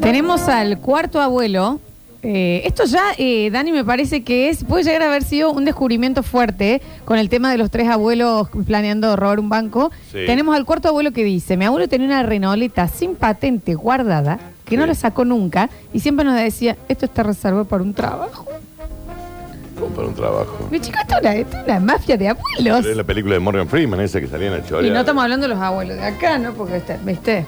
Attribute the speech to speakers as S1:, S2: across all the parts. S1: tenemos al cuarto abuelo. Eh, esto ya, eh, Dani, me parece que es puede llegar a haber sido un descubrimiento fuerte eh, con el tema de los tres abuelos planeando robar un banco.
S2: Sí.
S1: Tenemos al cuarto abuelo que dice, mi abuelo tenía una renoleta sin patente guardada, que no
S2: Sí.
S1: la sacó nunca, y siempre nos decía, esto está reservado para un trabajo.
S2: Como para un trabajo.
S1: Mi chico, esto es una, esto es una mafia de abuelos.
S2: Es la película de Morgan Freeman, esa que salía en el
S1: Y
S2: chorear.
S1: no estamos hablando de los abuelos de acá, ¿no? Porque, está- ¿viste?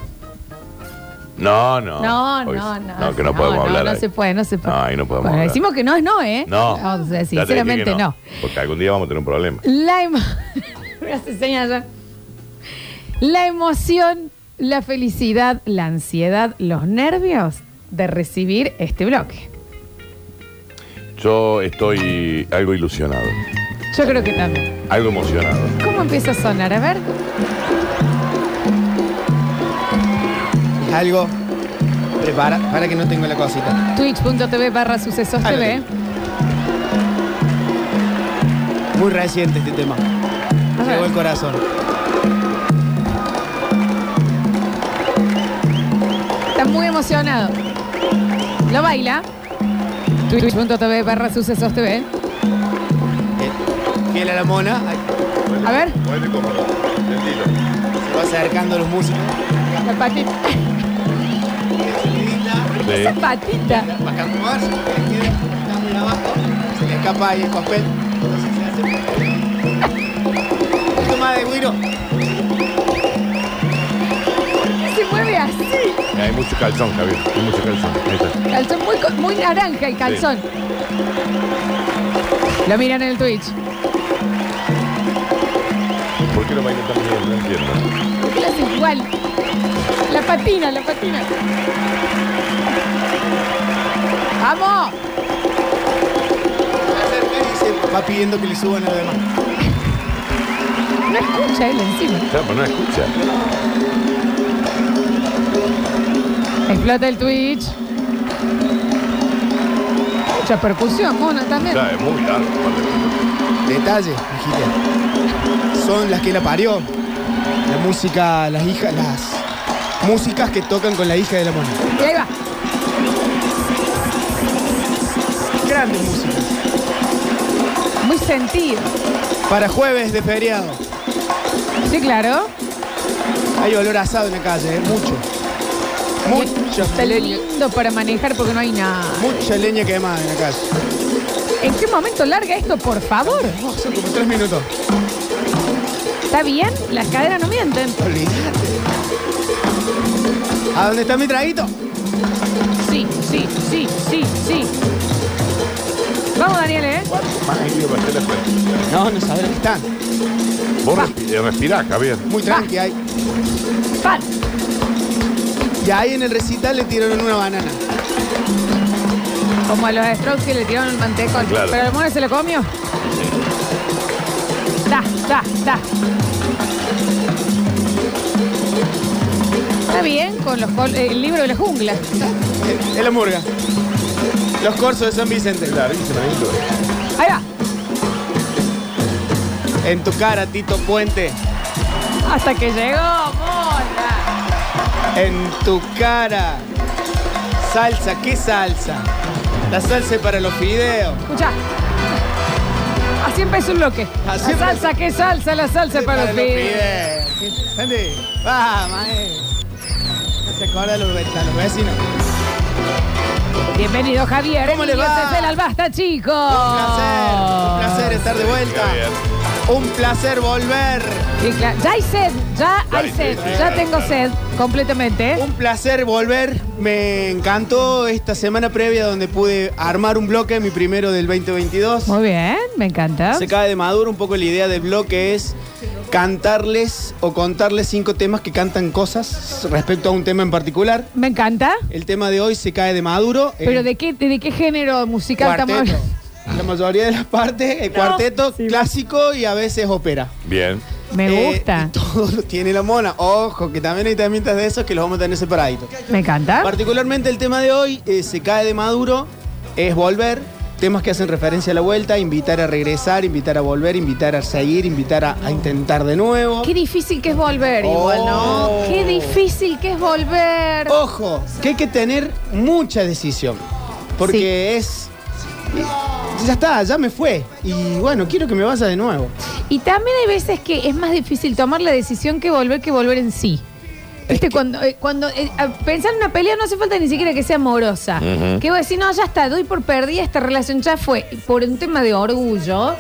S2: No, no.
S1: No,
S2: Hoy-
S1: no, no.
S2: No, que no, podemos hablar.
S1: No,
S2: ahí.
S1: se puede, no se puede.
S2: No, ahí no podemos
S1: Bueno,
S2: hablar.
S1: decimos que no es no, ¿eh?
S2: No.
S1: O sea,
S2: Ya te dije que
S1: sinceramente no.
S2: Porque algún día vamos a tener un problema.
S1: La emo- Me hace señas ya. La emoción, la felicidad, la ansiedad, los nervios de recibir este bloque.
S2: Yo estoy algo ilusionado,
S1: Yo creo que también.
S2: algo emocionado.
S1: ¿Cómo empieza a sonar? A ver.
S3: Algo. Prepara, para que no tengo la cosita.
S1: Twitch.tv barra sucesos
S3: Ah, lo
S1: TV.
S3: Muy reciente este tema.
S1: A ver.
S3: Llegó el corazón.
S1: Está muy emocionado. Lo baila. Twitch.tv barra sucesos TV.
S3: Eh, Fiel a la mona. Ay,
S1: A ver.
S2: Vuelve como tranquilo.
S3: Se va acercando los músicos.
S1: La patita. Esa
S2: Sí.
S1: patita.
S3: Va a cantar, se le queda muy abajo, se le escapa ahí el papel. Entonces se hace. Un poquito más de güiro.
S1: Se mueve así.
S2: Hay mucho calzón, Javier. Hay mucho calzón. Ahí está.
S1: Calzón muy, co- muy naranja el calzón. Lo miran en el Twitch.
S2: ¿Por qué lo bailan tan bien? No entiendo.
S1: ¿Por qué lo hace igual? La patina, la patina. ¡Vamos!
S3: Se acerca y se va pidiendo que le suban a los demás.
S1: No escucha él encima.
S2: Claro, pero no escucha.
S1: Explota el Twitch. Mucha percusión, mono también.
S2: Claro, es muy largo.
S3: Detalle, mijita. Son las que la parió. La música, las hijas, las músicas que tocan con la hija de la mona.
S1: Y ahí va.
S3: Grandes músicas.
S1: Muy sentido.
S3: Para jueves de feriado.
S1: Sí, claro.
S3: Hay olor a asado en la calle, ¿eh? mucho.
S1: Está
S3: Mucha leña.
S1: lindo para manejar porque no hay nada.
S3: Mucha leña quemada en la calle.
S1: ¿En qué momento larga esto, por favor?
S3: Oh, son como tres minutos.
S1: ¿Está bien? Las caderas no mienten.
S3: Olvídate. ¿A dónde está mi traguito?
S1: Sí, sí, sí, sí, sí. Vamos, Daniel, ¿eh?
S2: ¿Cuánto más hay que hacer la cuenta?
S3: No, no sabemos. Están.
S2: Vos
S1: Va.
S2: respi- eh, respirá, Javier.
S3: Muy tranqui ahí.
S1: Pan.
S3: Y ahí en el recital le tiraron una banana.
S1: Como a los Strokes que le tiraron el mantecón.
S2: Claro.
S1: Pero el mono se lo comió. Da, da, da. Está bien con los col- eh, el libro de la jungla.
S3: Eh, Es la murga. Los corsos de San Vicente.
S2: Larguísimo, amigo.
S1: Ahí va.
S3: En tu cara, Tito Puente.
S1: Hasta que llegó, mona.
S3: En tu cara. Salsa, ¿qué salsa? La salsa es para los fideos.
S1: Escucha. Así empezó el bloque.
S3: Así
S1: la salsa, qué salsa, la salsa para los pibes.
S3: pies. Sandy, vamos, eh. No se acuerda los, ve- a los vecinos.
S1: Bienvenido, Javier.
S3: ¿Cómo le va?
S1: Emilio Cecel al Basta, chicos.
S3: Un placer, un placer estar de vuelta.
S2: Javier.
S3: Un placer volver.
S1: Sí, claro. Ya hay sed, ya
S2: Ya
S1: hay
S2: hay
S1: sed,
S2: sed, sí,
S1: ya
S2: claro,
S1: tengo
S2: claro.
S1: sed completamente.
S3: Un placer volver. Me encantó esta semana previa donde pude armar un bloque, mi primero del 2022.
S1: Muy bien, me encanta.
S3: Se cae de maduro un poco la idea del bloque es cantarles o contarles cinco temas que cantan cosas respecto a un tema en particular.
S1: Me encanta.
S3: El tema de hoy se cae de maduro.
S1: Pero
S3: Eh,
S1: ¿de qué, de, de qué género musical estamos
S3: cuarteto.
S1: hablando?
S3: La mayoría de las partes, el cuarteto clásico y a veces ópera.
S2: Bien.
S1: Me
S3: Eh,
S1: gusta.
S3: y todo lo tiene la mona. Ojo, que también hay herramientas de esos que los vamos a tener separaditos.
S1: Me encanta.
S3: Particularmente el tema de hoy, eh, se cae de maduro, es volver. Temas que hacen referencia a la vuelta, invitar a regresar, invitar a volver, invitar a seguir, invitar a, a intentar de nuevo.
S1: Qué difícil que es volver
S3: Oh.
S1: igual, ¿no? Qué difícil difícil que es volver.
S3: Ojo, que hay que tener mucha decisión. Porque es. Ya está, ya me fue. Y bueno, quiero que me vaya de nuevo.
S1: Y también hay veces que es más difícil tomar la decisión que volver que volver en sí. Viste, cuando, eh, cuando eh, a pensar en una pelea no hace falta ni siquiera que sea amorosa.
S2: Ujú.
S1: Que voy a decir, no, ya está, doy por perdida esta relación, ya fue. Y Por un tema de orgullo.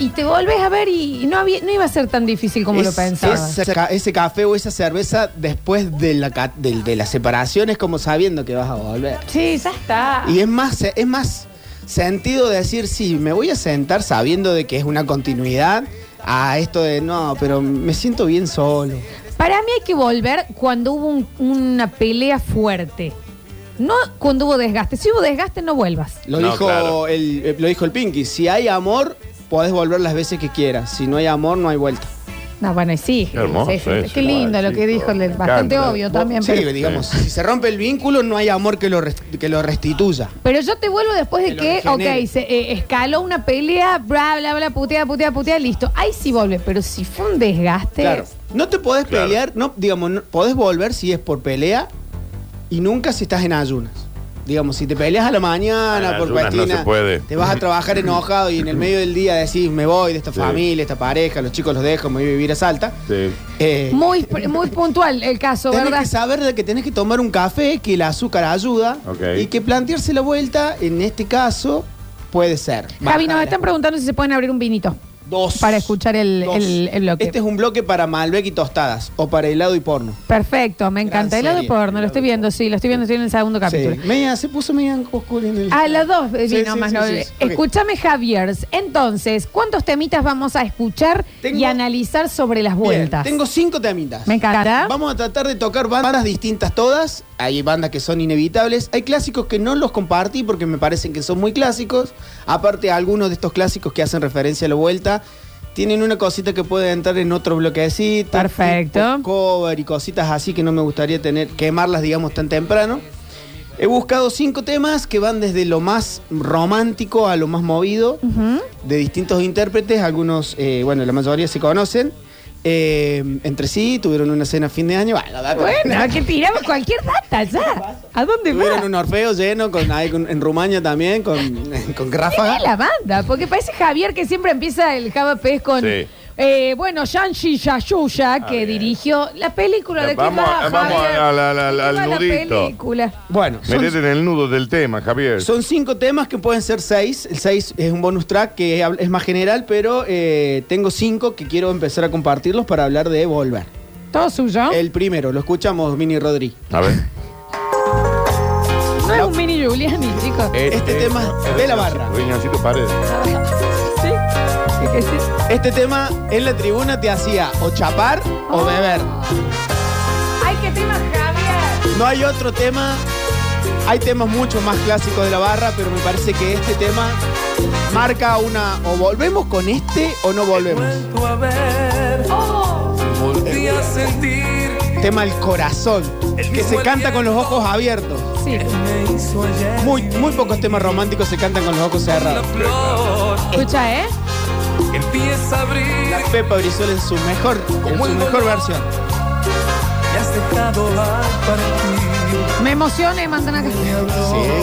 S1: Y te volvés a ver y, y no, había, no iba a ser tan difícil como lo
S3: Es-
S1: pensabas.
S3: esa ca- ese café o esa cerveza después de la, ca- del- de, la separación es como sabiendo que vas a volver.
S1: Sí, ya está.
S3: Y es más, es más sentido decir, sí, me voy a sentar sabiendo de que es una continuidad a esto de no, pero me siento bien solo.
S1: Para mí hay que volver cuando hubo un- una pelea fuerte. No cuando hubo desgaste. Si hubo desgaste, no vuelvas.
S3: Lo,
S2: No,
S3: dijo
S2: claro.
S3: el, eh, lo dijo el Pinky, si hay amor, podés volver las veces que quieras. Si no hay amor, no hay vuelta.
S1: No, bueno, y sí.
S2: Qué hermoso
S1: Sí, sí,
S2: eso.
S1: Qué lindo
S2: Ay,
S1: lo que
S2: chico,
S1: dijo.
S2: me
S1: el- Bastante
S2: encanta.
S1: obvio también.
S3: Sí,
S1: pero,
S3: digamos, si se rompe el vínculo, no hay amor que lo, res- que lo restituya.
S1: pero yo te vuelvo después de
S3: Que lo
S1: que,
S3: regenere.
S1: ok, se eh, escaló una pelea, bla, bla, bla, putea, putea, putea, listo. Ahí sí vuelve, pero si fue un desgaste.
S3: Claro. No te podés
S2: Claro.
S3: pelear, no, digamos, no- podés volver si es por pelea y nunca si estás en ayunas. Digamos, si te peleas a la
S2: En
S3: mañana por
S2: ayunas no
S3: cuestiones,
S2: se puede.
S3: te vas a trabajar enojado y en el medio del día decís, me voy de esta
S2: Sí.
S3: familia, esta pareja, los chicos los dejo, me voy a vivir a Salta.
S2: Sí.
S3: Eh,
S1: Muy, pr- muy puntual el caso,
S3: tenés
S1: ¿verdad?
S3: que saber de que tenés que tomar un café, que el azúcar ayuda
S2: Ok.
S3: y que plantearse la vuelta, en este caso, puede ser.
S1: Javi, nos
S3: Bajar.
S1: están preguntando si se pueden abrir un vinito.
S3: Dos.
S1: para escuchar el-
S3: Dos.
S1: el- el bloque.
S3: Este es un bloque para Malbec y tostadas o para helado y porno.
S1: Perfecto, me
S3: Gran
S1: encanta. El lado
S3: serie,
S1: porno, lo
S3: helado
S1: estoy
S3: de
S1: viendo, sí, lo estoy viendo, estoy en el segundo capítulo.
S3: Sí, media- se puso media oscura en el.
S1: A las dos eh,
S3: Sí,
S1: vino
S3: sí,
S1: más
S3: sí,
S1: noble.
S3: sí, sí. Ok.
S1: Escúchame, Javiers. Entonces, ¿cuántos temitas vamos a escuchar y
S3: Tengo-
S1: analizar sobre las
S3: Bien,
S1: vueltas?
S3: tengo cinco temitas.
S1: Me encanta.
S3: Vamos a tratar de tocar bandas distintas todas. Hay bandas que son inevitables. Hay clásicos que no los compartí porque me parecen que son muy clásicos. Aparte, algunos de estos clásicos que hacen referencia a la vuelta tienen una cosita que puede entrar en otro bloquecito.
S1: Perfecto.
S3: tipo Cover y cositas así que no me gustaría tener, quemarlas, digamos, tan temprano. He buscado cinco temas que van desde lo más romántico a lo más movido, de distintos intérpretes. Algunos, eh, bueno, la mayoría se conocen eh, entre sí, tuvieron una cena a fin de año. Bueno, da-
S1: Bueno, que tiramos cualquier data ya. ¿A dónde va?
S3: tuvieron un Orfeo lleno con, ahí con- en Rumania también, con, con
S1: ¿Quién
S3: Ráfaga.
S1: es la banda? Porque parece Javier que siempre empieza el Java Pez con.
S2: Sí.
S1: eh, bueno, Shanshi Yashuya,
S2: Ah,
S1: que
S2: bien.
S1: dirigió la película de
S2: Vamos
S1: qué va,
S2: a- vamos
S1: Javier?
S2: a la- la- la-
S1: ¿De qué
S2: al
S1: va
S2: nudito.
S1: La película?
S3: Bueno, son-
S2: Metete en el nudo del tema, Javier.
S3: Son cinco temas que pueden ser seis. El seis es un bonus track que hab- es más general, pero eh, tengo cinco que quiero empezar a compartirlos para hablar de Volver.
S1: Todo suyo.
S3: El primero, lo escuchamos, Mini Rodri.
S2: A ver.
S1: No es un mini Giuliani, chicos.
S2: Eh.
S3: Este tema de la barra.
S2: Riñoncito Paredes.
S1: Sí, sí que sí.
S3: Este tema en la tribuna te hacía o chapar
S1: Ah.
S3: o beber.
S1: Ay, qué tema, Javier.
S3: No hay otro tema. Hay temas mucho más clásicos de la barra, pero me parece que este tema marca una. O volvemos con este o no volvemos.
S4: Vuelto a ver,
S1: Oh,
S4: volví a sentir
S3: Tema al corazón, que se canta con los ojos abiertos.
S1: sí.
S4: que me hizo ayer.
S3: Muy, muy pocos temas románticos se cantan con los ojos
S4: La
S3: cerrados.
S4: flor
S1: Escucha, ¿eh?
S4: empieza a abrir.
S3: Pepa Brizuela en su mejor, en su mejor versión.
S4: Me has dejado al partir.
S1: Me emocioné, mandan acá.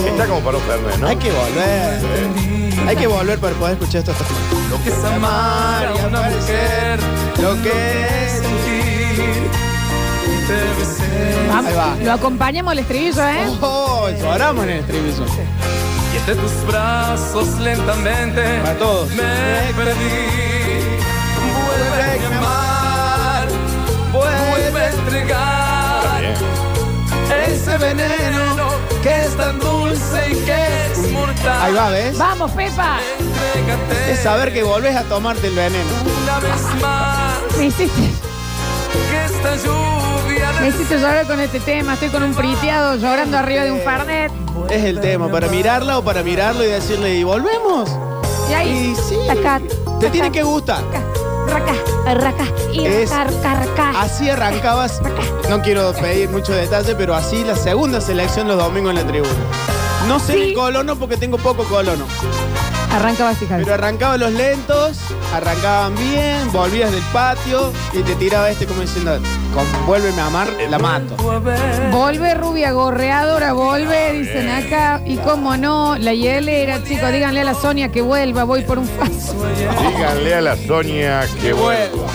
S2: Está como para un Fernet, ¿no?
S3: ¿eh? Hay que volver. Hay que volver para poder escuchar estos temas.
S4: Lo que es amar a una mujer.
S3: Lo que es
S4: Es sentir. Y te besé.
S1: Vamos,
S3: Ahí va.
S1: Lo acompañamos al estribillo, ¿eh?
S3: Oh, lloramos en el estribillo.
S4: Y entre tus brazos lentamente.
S3: Para todos.
S4: Me perdí. Vuelve a amar. Vuelve a entregar.
S2: Bien.
S4: Ese veneno que es tan dulce y que es mortal.
S3: Ahí va, ¿ves?
S1: Vamos, Pepa.
S4: Entrégate
S3: Es saber que volvés a tomarte el veneno.
S4: una vez más
S1: Me hiciste,
S4: que esta lluvia
S1: me hiciste llorar con este tema. Estoy con un priteado llorando arriba de un farnet.
S3: Es el tema, para mirarla o para mirarlo y decirle, ¿y volvemos?
S1: Y ahí.
S3: Y sí,
S1: Tacá,
S3: te
S1: tacá,
S3: tiene que gustar.
S1: tacá, Racá, racá, y
S3: Es-
S1: racá, racá, racá.
S3: Así arrancabas, no quiero pedir mucho detalle, pero así la segunda selección los domingos en la tribuna. No sé
S1: Sí.
S3: el colono porque tengo poco colono,
S1: Arranca básicamente.
S3: pero arrancaba los lentos, arrancaban bien, volvías del patio y te tiraba este como diciendo, con Vuélveme a amar, la mato.
S4: Vuelvo a ver.
S1: Volve rubia gorreadora, volve, dicen acá. Y cómo no, la hielera, chicos, díganle a la Sonia que vuelva, voy por un paso.
S2: Díganle a la Sonia que vuelva.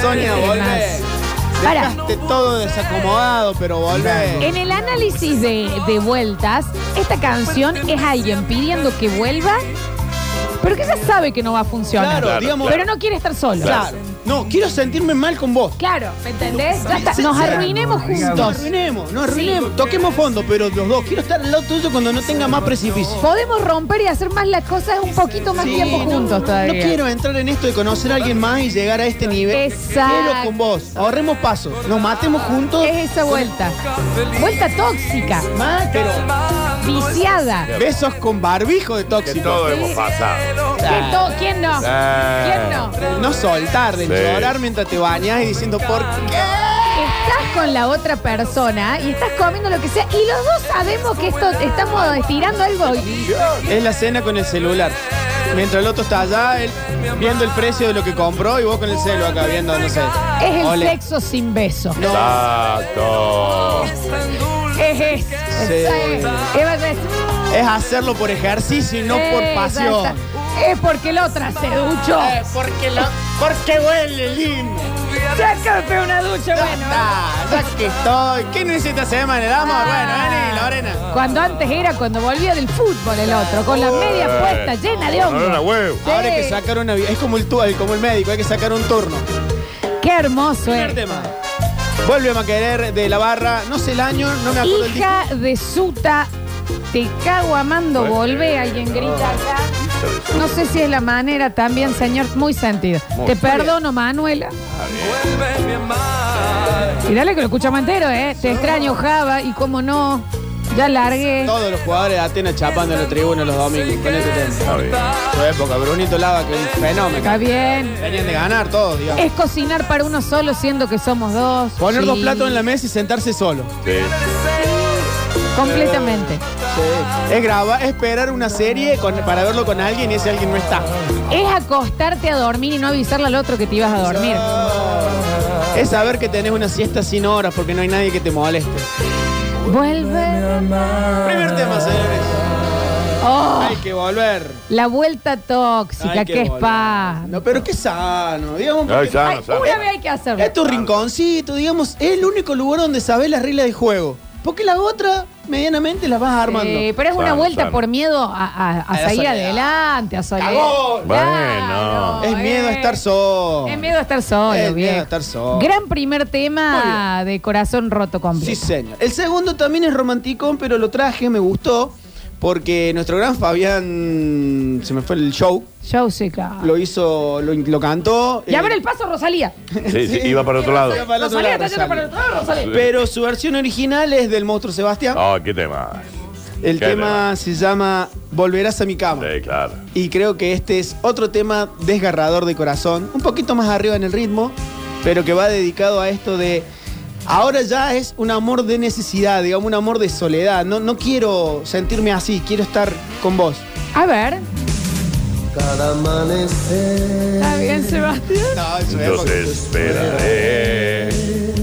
S3: Sonia,
S1: Sí,
S3: volvé.
S1: más. Para.
S3: Dejaste todo desacomodado, pero volvé.
S1: En el análisis de, de vueltas, esta canción es alguien pidiendo que vuelva, pero que ya sabe que no va a funcionar.
S3: Claro, digamos-
S1: Pero no quiere estar solo.
S3: Claro. No, quiero sentirme mal con vos.
S1: Claro, ¿me entendés? Ya está, nos
S3: Sí, sí.
S1: arruinemos
S3: Nos
S1: juntos.
S3: arruinemos, no arruinemos. Toquemos fondo, pero los dos. Quiero estar al lado tuyo cuando no tenga más precipicio.
S1: Podemos romper y hacer más las cosas un poquito más
S3: Sí,
S1: tiempo
S3: no,
S1: juntos todavía.
S3: No quiero entrar en esto de conocer a alguien más y llegar a este nivel.
S1: Exacto.
S3: Quiero con vos. Ahorremos pasos. Nos matemos juntos.
S1: Es esa vuelta. Vuelta tóxica,
S3: Mal, pero
S1: viciada.
S3: besos con barbijo de
S2: Que
S3: tóxico.
S2: todo hemos pasado.
S1: ¿Quién, to- quién no?
S2: Ah.
S1: ¿Quién no?
S3: No soltar, de
S2: Sí.
S3: llorar mientras te bañas y diciendo por qué.
S1: Estás con la otra persona y estás comiendo lo que sea y los dos sabemos que esto estamos estirando algo. y-
S3: Es la cena con el celular. Mientras el otro está allá, él viendo el precio de lo que compró y vos con el celu acá viendo, no sé.
S1: Es el
S3: Ole.
S1: sexo sin beso.
S3: No.
S2: Exacto.
S1: Es eso. Esa es. Eva, es-
S3: Es hacerlo por ejercicio y no por
S1: Esa
S3: pasión.
S1: está. Es porque la otra se duchó.
S3: Eh, porque, la, porque huele lindo.
S1: Sácame una ducha,
S3: Ya
S1: bueno. Ah.
S3: está, ya que estoy. ¿Qué no hiciste esta semana, el amor? Bueno, Ani y Lorena.
S1: Cuando antes era cuando volvía del fútbol el otro, con la media puesta, llena de
S2: Olor a
S1: hongos.
S2: Eh. huevo.
S1: Sí.
S3: Ahora hay que sacar una. Es como el tual, como el médico, hay que sacar un turno.
S1: Qué hermoso
S3: Primer
S1: es.
S3: tema. Vuelve a querer de la barra. No sé el año, no me acuerdo el disco.
S1: Hija de Suta, te cago amando,
S2: Bueno,
S1: volvé.
S2: eh,
S1: Alguien
S2: no.
S1: grita acá. No sé si es la manera también, señor. Muy sentido.
S2: Muy
S1: te
S2: bien.
S1: perdono, Manuela.
S4: Vuélveme a amar.
S1: Y dale que lo escuchamos entero, ¿eh? Te extraño, Java, y cómo no. Ya largué.
S3: Todos los jugadores de Atenas chapando en los tribunos los domingos con este tema.
S2: Está bien.
S3: Su época, Brunito Lava, que es un
S1: Está
S3: fenómeno.
S1: bien.
S3: Tenían de ganar todos, digamos.
S1: Es cocinar para uno solo, siendo que somos dos.
S3: Poner dos
S1: Sí.
S3: platos en la mesa y sentarse solo.
S2: Sí.
S1: Completamente.
S3: Es grabar, es esperar una serie con- para verlo con alguien y ese alguien no está.
S1: Es acostarte a dormir y no avisarle al otro que te ibas a dormir.
S3: Es saber que tenés una siesta sin horas porque no hay nadie que te moleste.
S1: Vuelve.
S3: Primer tema, señores.
S1: Oh,
S3: Hay que volver.
S1: la vuelta tóxica,
S3: Hay
S1: que es
S3: volver.
S1: pa.
S3: No, pero qué sano, digamos.
S2: Ay,
S3: porque
S2: sano,
S1: Ay,
S2: sano.
S1: una vez hay que hacerlo.
S3: Es tu rinconcito, digamos. Es el único lugar donde sabés las reglas del juego. Porque la otra, medianamente, las vas armando.
S1: Sí, pero es una
S2: Sano,
S1: vuelta
S2: sano.
S1: por miedo a, a- a
S3: A la
S1: salir
S3: soledad.
S1: adelante, a soledad.
S3: Cagón.
S1: Claro,
S3: es miedo a
S1: eh.
S3: estar solo.
S1: Es miedo a estar solo,
S3: Es miedo
S1: viejo.
S3: a estar solo.
S1: Gran primer tema de corazón roto
S3: Sí,
S1: completo.
S3: señor. El segundo también es romanticón, pero lo traje, me gustó. Porque nuestro gran Fabián se me fue el show.
S1: Yo sí, claro.
S3: Lo hizo, lo, lo
S1: Ah.
S3: cantó.
S1: Y
S3: eh,
S1: abre el paso, Rosalía.
S2: Sí, sí, iba para otro lado.
S3: para el otro
S1: Rosalía
S3: lado,
S1: está yendo para el
S3: Rosalía.
S1: otro lado, Rosalía.
S3: Pero su versión original es del monstruo Sebastián.
S2: Ah, qué tema.
S3: el
S2: qué
S3: tema se llama Volverás a mi cama.
S2: Sí, claro.
S3: Y creo que este es otro tema desgarrador de corazón, un poquito más arriba en el ritmo, pero que va dedicado a esto de. Ahora ya es un amor de necesidad, digamos, un amor de soledad. No, no quiero sentirme así, quiero estar con vos.
S1: A ver. Está bien, Sebastián.
S3: No,
S2: Yo te esperaré.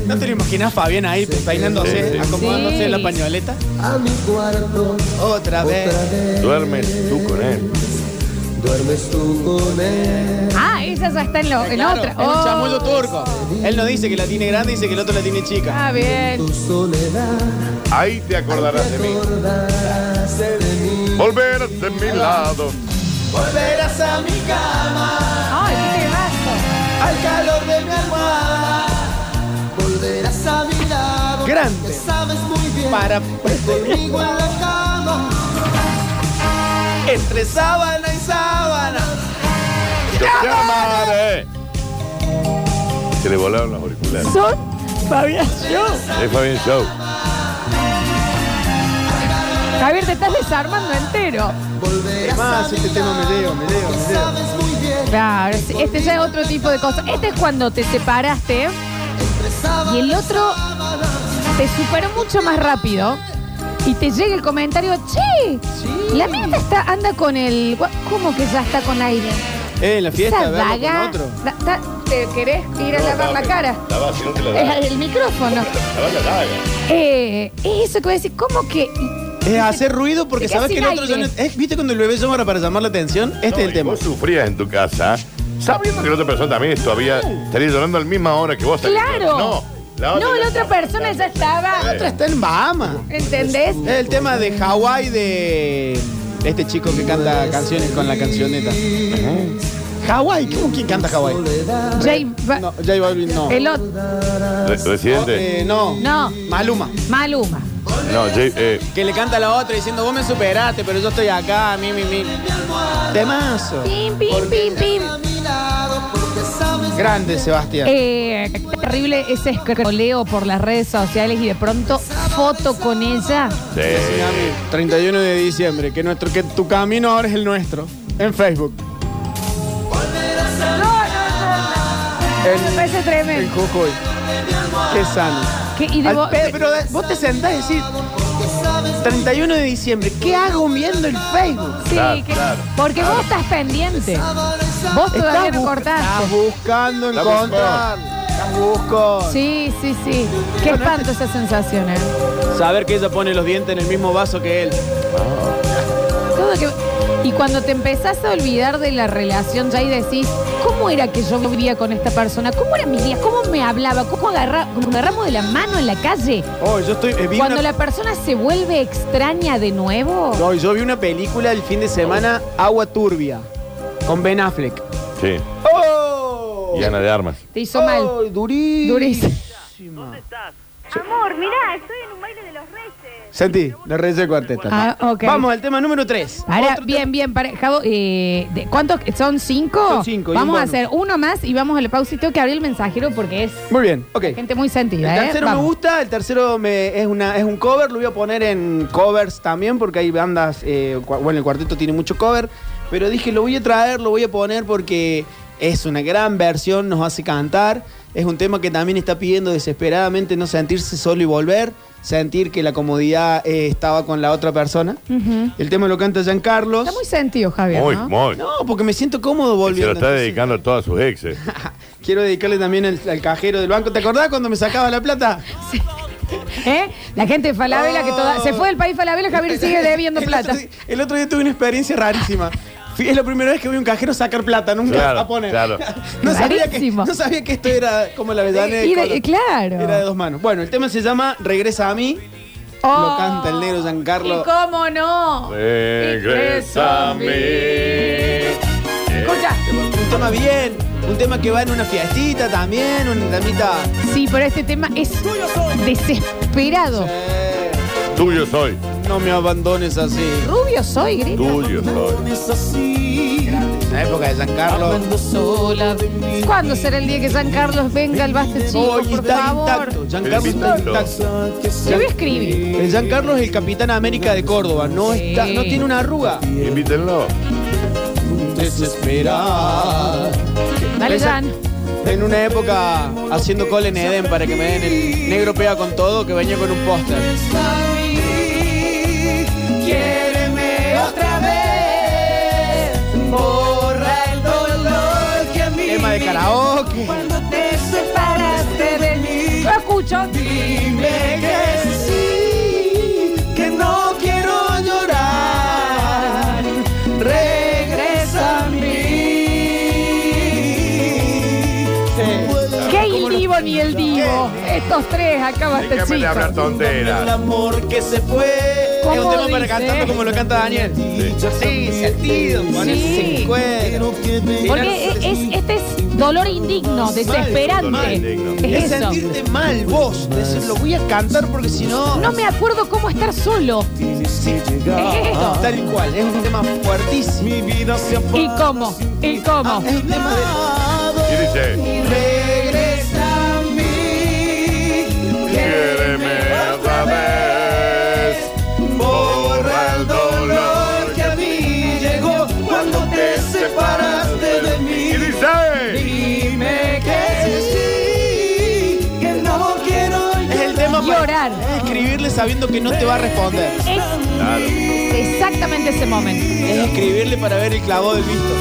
S3: ¿No te lo imaginas Fabián ahí peinándose,
S2: Sí, sí.
S3: acomodándose en la
S1: Sí.
S3: pañoleta? Otra vez.
S2: Duermes tú con él.
S1: Ah, esa ya está en, lo- en
S3: Claro,
S1: otra.
S3: Es un
S1: Oh.
S3: chamullo turco. Él no dice que la tiene grande, dice que el otro la tiene chica.
S1: Está Ah, bien.
S2: Ahí te acordarás de mí. Volver de mi lado.
S3: Volverás a mi cama,
S1: Ay, qué temazo.
S3: al calor de mi almohada.
S5: Volverás a mi lado,
S3: Grande.
S5: que sabes muy bien.
S3: Para
S5: Conmigo en la cama,
S3: entre sábana y sábana.
S2: Yo te amaré. Se le volaron los auriculares.
S1: Son Fabián Show.
S2: Es Fabián Show.
S1: Javier, te estás desarmando entero.
S5: volverás
S3: Más,
S5: a mi
S3: este tema me
S5: lado,
S3: leo, me leo, me
S5: que
S3: leo.
S5: sabes muy bien.
S1: Claro, es- este ya es otro tipo de cosa. Este es cuando te separaste
S5: Entre sábana
S1: y el otro
S5: sábana,
S1: te superó mucho más rápido y te llega el comentario, che, la mina está, anda con el... gua- ¿Cómo que ya está con aire?
S3: Eh, en la fiesta,
S1: Esa
S3: verlo con
S1: daga...
S3: otro.
S1: da- da- te querés ir a lavar la cara.
S2: La vas, si no te la das.
S1: Es el micrófono.
S2: La vas, la
S3: Este
S2: das.
S1: Eh, es eso que voy a decir, ¿cómo que?
S3: Es hacer ruido porque
S1: Te quedas
S3: sabes que el
S1: sin
S3: otro ya no.
S1: aire.
S3: es- ¿Viste cuando el bebé llama para llamar la atención? Este
S2: No,
S3: es el
S2: y
S3: tema.
S2: Vos sufrías en tu casa, sabiendo que la otra persona también todavía estaría llorando a la misma hora que vos. estarías
S1: ¡Claro!
S2: llorando. No, la otra,
S1: No, la otra persona ya estaba.
S2: La
S3: Otra está en Bahamas.
S1: ¿Entendés?
S3: Es el tema de Hawái de este chico que canta canciones con la cancioneta. Hawái, ¿cómo quién canta Hawái?
S1: Jay Ba-
S3: No, J Balvin no.
S1: el otro.
S2: Re- Residente.
S3: Eh, no.
S1: No.
S3: Maluma.
S1: Maluma.
S2: No, Jay, eh,
S3: Que le canta a la otra diciendo, vos me superaste, pero yo estoy acá, mi, mi, mi. Temazo.
S1: Pim, pim, pim, pim.
S3: Grande, Sebastián.
S1: Eh, terrible ese escroleo por las redes sociales y de pronto foto con ella.
S2: sí.
S3: 31 de diciembre, que, nuestro, que tu camino ahora es el nuestro. En Facebook.
S1: No, no, no. no. Me parece
S3: En
S1: tremendo.
S3: Jujuy. Qué sano.
S1: Que- y de
S3: Al
S1: vo-
S3: pe- pero de- vos te sentás y decís, 31 de diciembre, ¿qué hago viendo el Facebook?
S1: Sí,
S2: Claro,
S1: que-
S2: claro.
S1: porque vos estás pendiente. Vos todavía no
S3: bu- estás
S1: cortaste.
S3: buscando
S2: Estás buscando.
S3: encontrar. Estás buscando.
S1: Sí, sí, sí. Qué espanto
S3: este
S1: ¿eh? esas sensaciones.
S3: Saber que ella pone los dientes en el mismo vaso que él.
S1: Todo que- Y cuando te empezás a olvidar de la relación, ya ahí decís, ¿cómo era que yo vivía con esta persona? ¿Cómo eran mis días? ¿Cómo me hablaba? ¿Cómo agarra- nos agarramos de la mano en la calle?
S3: Oh, yo estoy. eh, vi
S1: Cuando
S3: una-
S1: la persona se vuelve extraña de nuevo.
S3: No, yo vi una película el fin de semana, Agua Turbia, con Ben Affleck.
S2: Sí.
S3: ¡Oh!
S2: Y Ana de Armas.
S1: Te hizo mal.
S3: ¡Ay, durísima!
S1: Durísima.
S6: Amor, mirá, estoy en un baile de los reyes.
S3: Sentí, la red de cuarteta.
S1: Ah, ok.
S3: Vamos al tema número 3.
S1: Para, bien, bien, para, Javo, eh, de- ¿Cuántos? ¿Son cinco?
S3: Son cinco, y un
S1: Vamos a
S3: bonus.
S1: hacer uno más y vamos a la pausa. Y tengo que abrir el mensajero porque es
S3: Muy bien, ok. El
S1: gente muy sentida, ¿eh?
S3: tercero me
S1: Vamos.
S3: gusta, el tercero me, es, una, es un cover, lo voy a poner en covers también porque hay bandas, eh, cua- bueno, el cuarteto tiene mucho cover, pero dije, lo voy a traer, lo voy a poner porque es una gran versión, nos hace cantar, es un tema que también está pidiendo desesperadamente no sentirse solo y volver, sentir que la comodidad eh, estaba con la otra persona.
S1: Ujú.
S3: El tema lo canta Jean Carlos.
S1: Está muy sentido, Javier.
S2: Muy,
S1: ¿no?
S2: muy.
S3: No, porque me siento cómodo
S2: Se lo
S3: volviendo.
S2: está
S3: entonces-
S2: dedicando a todas sus exes.
S3: Quiero dedicarle también al, al cajero del banco. ¿Te acordás cuando me sacaba la plata?
S1: ¿Eh? La gente de Falabella que toda.
S3: Oh.
S1: Se fue del país Falabella, Javier sigue debiendo
S3: El
S1: plata.
S3: otro día- el otro día tuve una experiencia rarísima. Fui- Es la primera vez que vi un cajero sacar plata, nunca
S2: Claro,
S3: a poner.
S2: claro.
S3: No sabía, que,
S1: Rarísimo.
S3: no sabía que esto era como la avellaneda de
S1: Y de-
S3: Córdoba.
S1: claro.
S3: Era de dos manos. Bueno, el tema se llama Regresa a mí. Lo canta el negro Giancarlo.
S1: Oh. ¿Y cómo no?
S2: Regresa a mí.
S1: Escucha.
S3: Un tema bien. Un tema que va en una fiestita también, una damita.
S1: Sí, pero este tema es desesperado.
S3: Eh,
S2: Tuyo soy.
S3: no me abandones así.
S1: Rubio soy, grita.
S2: Tuyo soy.
S3: En la época de Giancarlo.
S1: ¿Cuándo será el día que San Carlos venga al Baste Chico,
S3: Hoy
S1: por
S3: está
S1: favor?
S3: intacto. Giancarlo está
S2: Felicito.
S3: intacto.
S1: Yo voy a escribir.
S3: El Giancarlo es el capitán América de Córdoba. No,
S1: Sí.
S3: está, no tiene una arruga.
S2: Invítenlo.
S3: Desesperar.
S1: Dale, Jan.
S3: En una época haciendo call en Eden para que me den el negro pega con todo que venía con un póster. Tema de karaoke.
S1: Lo escucho.
S3: que no quiero llorar. Regresa a mí.
S1: ¿Qué el divo ni el divo? Estos tres acá Baste
S2: Déjame de hablar
S1: Chico.
S3: El
S2: tonteras.
S3: amor que se fue. Es
S1: ¿Cómo
S3: un tema para
S1: dice?
S3: cantarlo como lo canta Daniel.
S2: Sí.
S3: Sí, sentido.
S1: Sí.
S3: Sí.
S1: Porque es, es- este es dolor indigno,
S2: Dolor
S1: desesperante.
S2: indigno.
S1: Es
S3: Es
S1: eso.
S3: sentirte mal vos. Decir, lo voy a cantar porque si no. Ah,
S1: No me acuerdo cómo estar solo. Es esto.
S3: Tal cual. Es un tema fuertísimo.
S1: ¿Y cómo? ¿Y cómo?
S3: Es un tema de.
S2: Y dice,
S3: Regresa a mí.
S2: quiéreme otra vez. Borra el dolor que a mí
S3: llegó cuando te
S2: separaste de mí. Y dice,
S3: Es el tema para
S1: Llorar.
S3: escribirle sabiendo que no te va a responder.
S1: Es
S2: claro.
S1: exactamente ese momento.
S3: Es escribirle para ver el clavo del visto.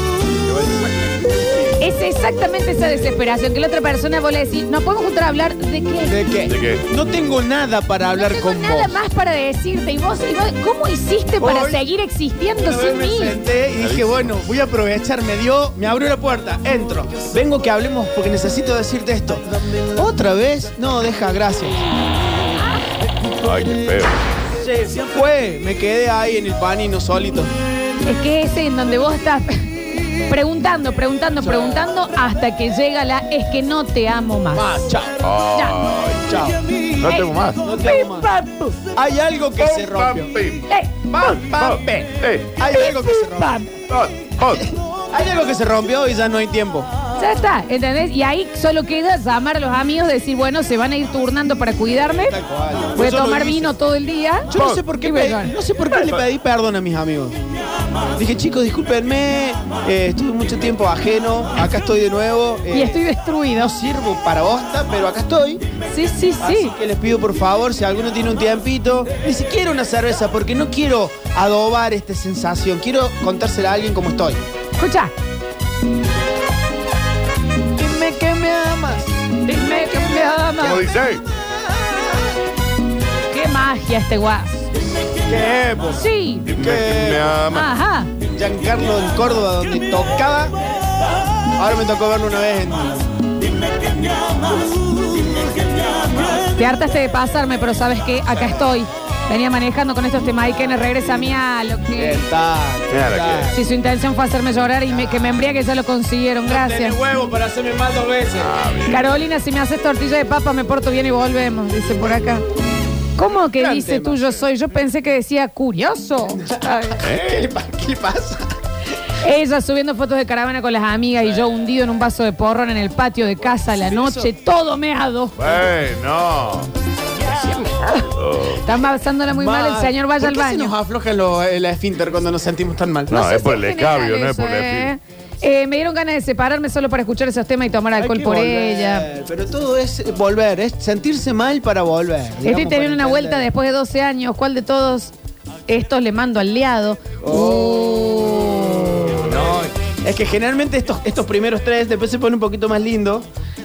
S1: Es Es exactamente esa desesperación que la otra persona vos le decís, no podemos juntar a hablar de qué.
S3: ¿De qué?
S2: ¿De qué?
S3: No tengo nada para hablar
S1: no tengo
S3: con
S1: nada
S3: vos.
S1: más para decirte. Y vos, y vos, ¿cómo hiciste para
S3: Hoy-
S1: seguir existiendo
S3: Una vez
S1: sin
S3: me
S1: mí?
S3: senté y dije,
S2: Clarísimo.
S3: bueno, voy a aprovechar, me dio, me abrió la puerta, entro. Vengo que hablemos porque necesito decirte esto. ¿Otra vez? No, deja, gracias.
S2: Ay, qué feo.
S3: Se se fue, me quedé ahí en el panino solito.
S1: Es que ese en donde vos estás preguntando, preguntando, preguntando, hasta que llega la es que no te amo más.
S3: Más, Ah, chao,
S2: Ay,
S3: chao.
S2: Ah, no tengo más.
S3: No te amo más. Hay algo que se rompió. Pam, pam, pe.
S2: Eh,
S3: Hay algo que se rompió.
S2: hot, hot.
S3: Hay algo que se rompió y ya no hay tiempo.
S1: Ya está, ¿entendés? Y ahí solo queda llamar a los amigos, decir, bueno, se van a ir turnando para cuidarme.
S3: Tal cual.
S1: Voy a
S3: Yo lo
S1: tomar
S3: hice.
S1: vino todo el día.
S3: Yo no sé por qué,
S1: Y
S3: pedí-
S1: bueno.
S3: no sé por qué le pedí perdón a mis amigos. Dije, chicos, discúlpenme, eh, estuve mucho tiempo ajeno, acá estoy de nuevo. eh,
S1: Y estoy destruido.
S3: No sirvo para bosta, pero acá estoy.
S1: Sí, sí,
S3: Así
S1: sí.
S3: que les pido por favor, si alguno tiene un tiempito, ni siquiera una cerveza, porque no quiero adobar esta sensación. Quiero contársela a alguien como estoy.
S1: Escucha.
S3: Dime que me amas.
S1: Dime que me
S2: ¿Cómo
S1: amas.
S2: dice?
S1: Qué magia este guas.
S3: ¿Qué? po?
S1: Sí.
S2: Dime que me ama.
S1: Ajá.
S3: Giancarlo en Córdoba, donde tocaba. Ahora me tocó verlo una vez en.
S1: Te hartaste de pasarme, pero sabes que acá estoy. Venía manejando con estos temas y que regresa a mí a lo que.
S3: Está.
S2: Mira la que-
S1: Si su intención fue hacerme llorar y me- que me embriague, ya lo consiguieron. Gracias.
S3: huevo para hacerme más dos veces.
S2: Ah, bien.
S1: Carolina, si me haces tortilla de papa, me porto bien y volvemos, dice por acá. ¿Cómo que
S3: Gran
S1: dice
S3: tema.
S1: tú yo soy? Yo pensé que decía curioso. Ay.
S2: ¿eh?
S3: ¿Qué le, pa- qué le pasa?
S1: Ella subiendo fotos de caravana con las amigas y yo hundido en un vaso de porrón en el patio de casa a la noche, todo meado.
S2: Bueno.
S1: Está pasándola muy mal, el señor vaya
S3: ¿Por
S1: al
S3: qué se
S1: baño.
S3: nos afloja lo- el esfínter cuando nos sentimos tan mal?
S2: No,
S1: sé
S2: Ah, es por
S1: si
S2: el
S1: general
S2: escabio, no es
S1: eso,
S2: por la
S1: ¿eh? Eh, me dieron ganas de separarme solo para escuchar esos temas y tomar
S3: Hay
S1: alcohol
S3: que
S1: por
S3: volver,
S1: ella.
S3: Pero todo es volver, es sentirse mal para volver.
S1: Estoy
S3: digamos, para
S1: teniendo una vuelta
S3: entender.
S1: después de 12 años. ¿Cuál de todos estos le mando al liado?
S3: Oh. No, es que generalmente estos, estos primeros tres, después se pone un poquito más lindo,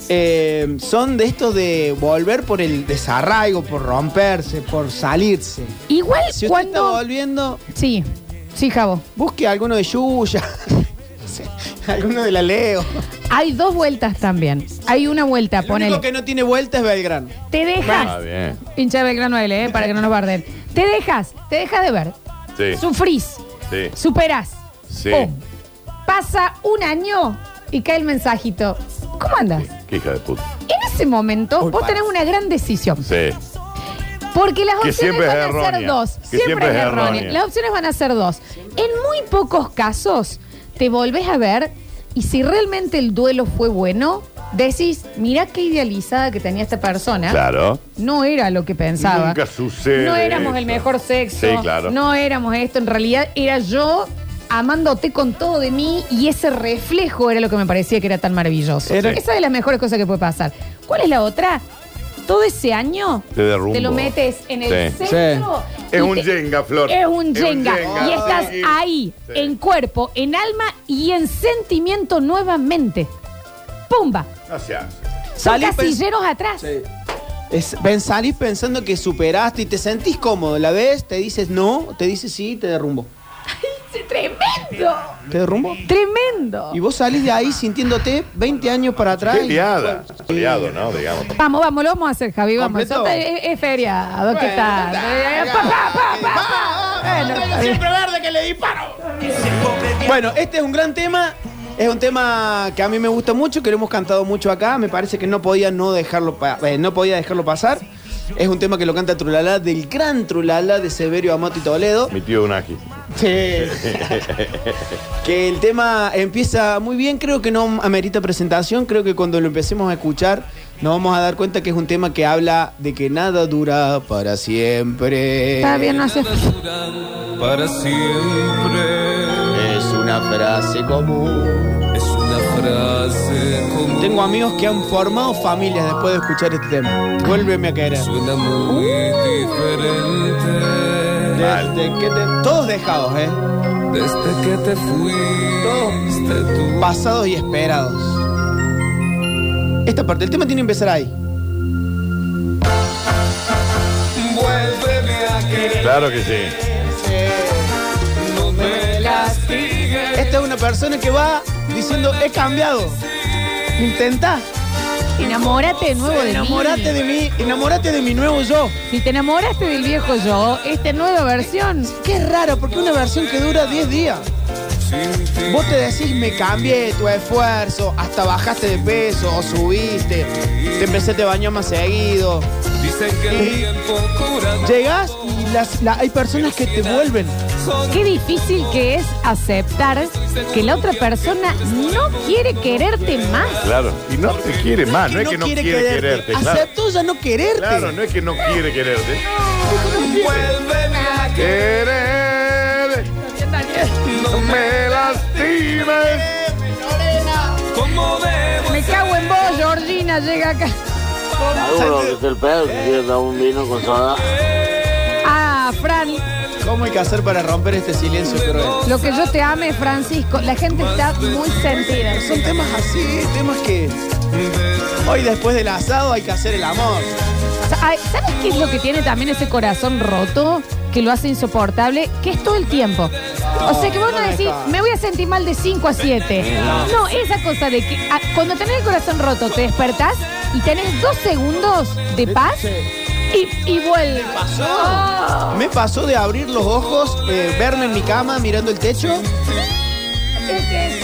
S3: eh, son de estos de volver por el desarraigo, por romperse, por salirse.
S1: Igual
S3: Si usted está
S1: cuando...
S3: volviendo,
S1: Sí, sí, Javo.
S3: busque alguno de Yuya, no sé, alguno de la Leo.
S1: Hay dos vueltas también. Hay una vuelta,
S3: El único
S1: ponele.
S3: que no tiene vuelta es Belgrano.
S1: Te
S2: Ah,
S1: dejas...
S2: bien.
S1: Hincha del grano L, eh, para que no nos barden. Te dejas, te dejas de ver.
S2: Sí.
S1: Sufrís,
S2: Sí.
S1: superás.
S2: Sí.
S1: Pum. Pasa un año y cae el mensajito. ¿Cómo andas?
S2: Qué hija de puta.
S1: En ese momento
S3: Uy,
S1: vos
S3: pa.
S1: tenés una gran decisión.
S2: Sí.
S1: Porque las
S2: Que
S1: opciones
S2: siempre
S1: van
S2: es
S1: a ser
S2: errónea.
S1: dos.
S2: Que siempre es errónea.
S1: Las opciones van a ser dos. En muy pocos casos te volvés a ver y si realmente el duelo fue bueno, decís, mirá qué idealizada que tenía esta persona.
S2: Claro.
S1: No era lo que pensaba.
S2: Nunca sucede
S1: No éramos el
S2: eso.
S1: mejor sexo.
S2: Sí, claro.
S1: No éramos esto. En realidad era yo amándote con todo de mí y ese reflejo era lo que me parecía que era tan maravilloso.
S3: Era-
S1: Esa es de las mejores cosas que puede pasar. ¿Cuál es la otra? Todo ese año
S2: Te derrumbo.
S1: lo metes en el
S2: Sí.
S1: centro. y
S2: Es un
S1: te-
S2: Jenga, Flor.
S1: Es un yenga. Y estás
S2: Sí.
S1: ahí,
S2: Sí.
S1: en cuerpo, en alma y en sentimiento nuevamente. ¡Pumba!
S2: No se hace.
S1: Son
S3: Salí pens-
S1: casilleros atrás.
S3: Es, ven, salís pensando que superaste y te sentís cómodo. La ves, te dices no, te dices sí, te derrumbo.
S1: ¡Tremendo!
S3: ¿Te derrumbo?
S1: ¡Tremendo!
S3: Y vos salís de ahí sintiéndote 20 años para atrás.
S2: Qué
S3: y- Eh,
S2: liada. Liado, ¿no? Digamos.
S1: Vamos, vamos, lo vamos a hacer, Javi, vamos.
S3: ¿Completo?
S1: Eso Es, es feriado, ¿qué
S3: Bueno,
S1: tal?
S3: está,
S1: Eh, pa, pa, pa, pa, pa. Bueno, está bien.
S3: verde que le disparo. Bueno, este es un gran tema. Es un tema que a mí me gusta mucho, que lo hemos cantado mucho acá. Me parece que no podía no dejarlo, pa- eh, no podía dejarlo pasar. Es un tema que lo canta Trulala, del gran Trulala de Severio Amato y Toledo.
S2: Mi tío Unagi.
S3: Sí. que el tema empieza muy bien, creo que no amerita presentación, creo que cuando lo empecemos a escuchar nos vamos a dar cuenta que es un tema que habla de que nada dura para siempre.
S1: Está bien, no hace
S4: Para siempre
S3: Es una frase común.
S4: es una frase común.
S3: Tengo amigos que han formado familias después de escuchar este tema. Vuélveme a querer.
S4: Suena muy diferente.
S2: mal.
S3: Desde que te- todos dejados, ¿eh?
S4: Desde que te fuiste tú.
S3: Pasados y esperados. Esta parte, el tema tiene que empezar ahí.
S4: Vuélveme a que
S2: Claro que sí.
S4: no me castigues.
S3: Esta es una persona que va diciendo, he cambiado. Intenta,
S1: Enamórate de nuevo de
S3: enamorate
S1: mí.
S3: de mí, enamorate de mi nuevo yo.
S1: Si te enamoraste del viejo yo, esta nueva versión.
S3: Qué raro, porque una versión que dura 10 días. Vos te decís, me cambié tu esfuerzo, hasta bajaste de peso o subiste, te empecé a bañar más seguido.
S4: Dicen que el tiempo cura.
S3: Llegás y las, la- hay personas que te vuelven.
S1: Qué difícil que es aceptar que la otra persona no quiere quererte más.
S2: Claro. Y no te quiere más. Ah, No es que no quiere quererte. Claro.
S3: Aceptó ya no quererte.
S2: Claro, no es que no quiere quererte.
S4: Vuélveme a que
S2: Querer. No me lastimes.
S4: como debo.
S1: Me cago en vos, Georgina, llega acá.
S7: Seguro que es el pedo que quiere dar un vino con soda.
S1: Ah, Fran,
S3: ¿Cómo hay que hacer para romper este silencio cruel?
S1: lo que yo te ame, Francisco. La gente está muy sentida.
S3: Son temas así, temas que hoy después del asado hay que hacer el amor.
S1: Ay, ¿Sabes qué es lo que tiene también ese corazón roto que lo hace insoportable? Que es todo el tiempo. O sea que vos no
S3: no
S1: decís,
S3: está.
S1: me voy a sentir mal de 5 a 7. No, esa cosa de que ah, cuando tenés el corazón roto te despertás y tenés dos segundos de paz y, y vuelve. Oh,
S3: pasó? Me pasó de abrir los ojos, eh, verme en mi cama mirando el techo
S1: este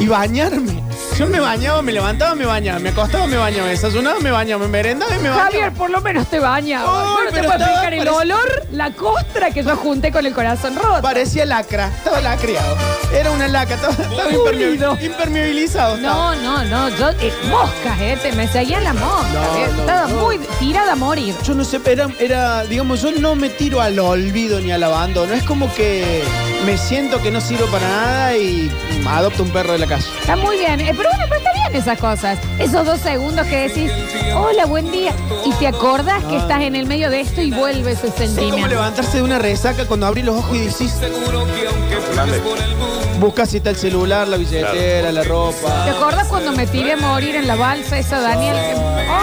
S3: y bañarme. Yo me bañaba, me levantaba, me bañaba, me acostaba, me bañaba, me desayunaba, me bañaba, me merendaba y me bañaba.
S1: Javier, por lo menos te baña.
S3: Ay,
S1: No te
S3: pero
S1: puedo
S3: estaba-
S1: explicar el
S3: parece-
S1: olor, la costra que yo junté con el corazón roto.
S3: Parecía lacra, estaba lacriado. Era una laca, estaba, estaba impermeabil-
S1: Pulido.
S3: impermeabilizado.
S1: No,
S3: estaba.
S1: no, no, yo, eh, moscas, eh, te- me seguía la mosca,
S3: No,
S1: eh,
S3: no,
S1: estaba
S3: no.
S1: muy tirada a morir.
S3: Yo no sé, era, era, digamos, yo no me tiro al olvido ni al abandono. Es como que me siento que no sirvo para nada y mm, adopto un perro de la calle.
S1: Está muy bien, eh, pero bueno, pero está bien esas cosas. Esos dos segundos que decís, hola, buen día, y te acordás que estás en el medio de esto y vuelve ese
S3: Es como
S1: sentimiento.
S3: levantarse de una resaca cuando abrís los ojos y decís,
S4: Seguro que aunque
S2: Dale.
S4: pruebes por el mundo.
S3: buscas si está el celular, la billetera, la ropa.
S1: ¿Te acordás cuando me tiré a morir en la balsa esa, Daniel? Que- Oh,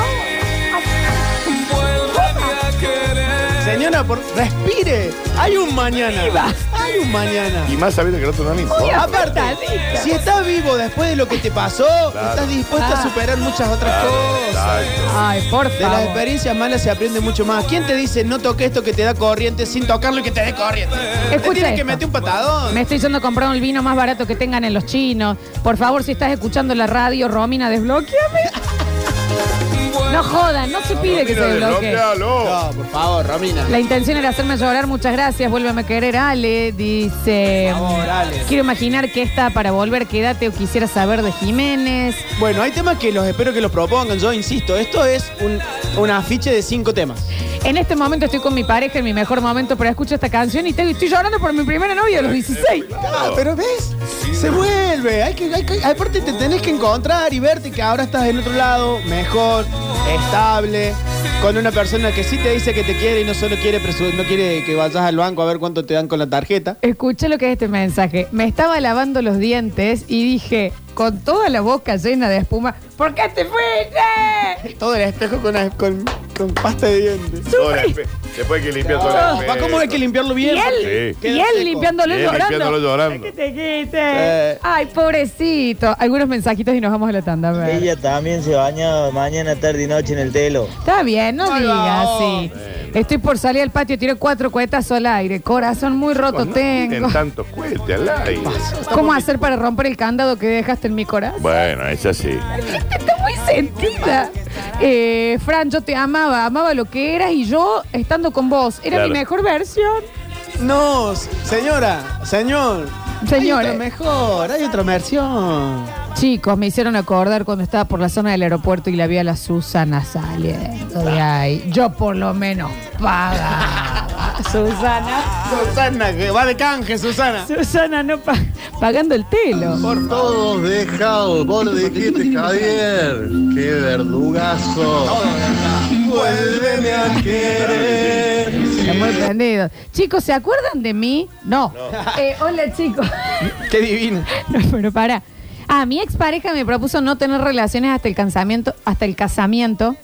S4: Vuélveme a querer.
S3: Señora, por, respire. Hay un mañana. Hay un mañana.
S2: Y más sabiendo que no te dan
S1: Uy,
S2: importa.
S3: Aparte,
S1: Apretadita.
S3: si estás vivo después de lo que te pasó,
S2: Claro.
S3: estás dispuesto
S1: Ah.
S3: a superar muchas otras cosas.
S2: Exacto.
S1: ay, por
S3: De las
S1: favor.
S3: experiencias malas se aprende mucho más. ¿Quién te dice no toque esto que te da corriente sin tocarlo y que te dé corriente?
S1: Escucha
S3: te tienes que
S1: esto.
S3: meter un patadón.
S1: Me estoy yendo a comprar el vino más barato que tengan en los chinos. Por favor, si estás escuchando la radio, Romina, desbloqueame. No jodan, no se pide que se desbloquee.
S2: Desbloquealo.
S3: No, por favor, Romina.
S1: La intención era hacerme llorar, muchas gracias. Vuélveme a querer, Ale. Dice.
S3: Por favor, Ale.
S1: Quiero imaginar que está para volver, quédate o quisiera saber de Jiménez.
S3: Bueno, hay temas que los espero que los propongan. Yo insisto, esto es un, un afiche de cinco temas.
S1: En este momento estoy con mi pareja en mi mejor momento, pero escucho esta canción y te- estoy llorando por mi primera novia de los 16.
S3: Ah, pero ves, se vuelve. Hay que, hay que- aparte te tenés que encontrar y verte que ahora estás en otro lado, mejor, estable, con una persona que sí te dice que te quiere y no solo quiere presu- no quiere que vayas al banco a ver cuánto te dan con la tarjeta.
S1: Escuché lo que es este mensaje. Me estaba lavando los dientes y dije, con toda la boca llena de espuma, ¿por qué te fuiste?
S3: Todo el espejo con, con, con pasta de dientes.
S2: Todo el espe- Después hay que limpiar todo el
S3: Ah, Va, ¿Cómo hay que limpiarlo
S1: Y
S3: bien?
S1: él,
S2: Sí.
S1: y
S3: Queda
S1: él
S3: seco.
S1: limpiándolo y
S2: Bien, limpiándolo,
S1: llorando.
S2: llorando.
S1: ¿Qué te quite?
S3: Eh.
S1: Ay, pobrecito. Algunos mensajitos y nos vamos a la tanda. a ver.
S8: Ella también se baña mañana, tarde y noche en el telo.
S1: Está bien, no
S3: Ahí
S1: digas
S3: va,
S1: así. Estoy por salir al patio, tiro cuatro cuetazos al aire. Corazón muy roto tengo.
S2: En tantos cohetes al aire.
S1: ¿Cómo hacer para romper el candado que dejaste en mi corazón?
S2: Bueno, esa sí.
S1: Está muy sentida. Eh, Fran, yo te amaba, amaba lo que eras y yo, estando con vos, era
S2: Claro.
S1: mi mejor versión.
S3: No, señora, señor.
S1: Señores.
S3: Hay otra mejor, hay otra versión.
S1: Chicos, me hicieron acordar cuando estaba por la zona del aeropuerto y la vi a la Susana saliendo de ahí. Yo por lo menos pagaba. Susana.
S3: Susana, que va de canje, Susana.
S1: Susana no pa- pagando el telo.
S9: Por todos dejados, vos lo dijiste, Javier. Qué verdugazo.
S4: Vuélveme a querer.
S1: Está muy muy prendidos. Chicos, ¿se acuerdan de mí? No. Eh, hola, chicos.
S3: Qué divino.
S1: No, pero para. Ah, mi expareja me propuso no tener relaciones hasta el casamiento, hasta el casamiento,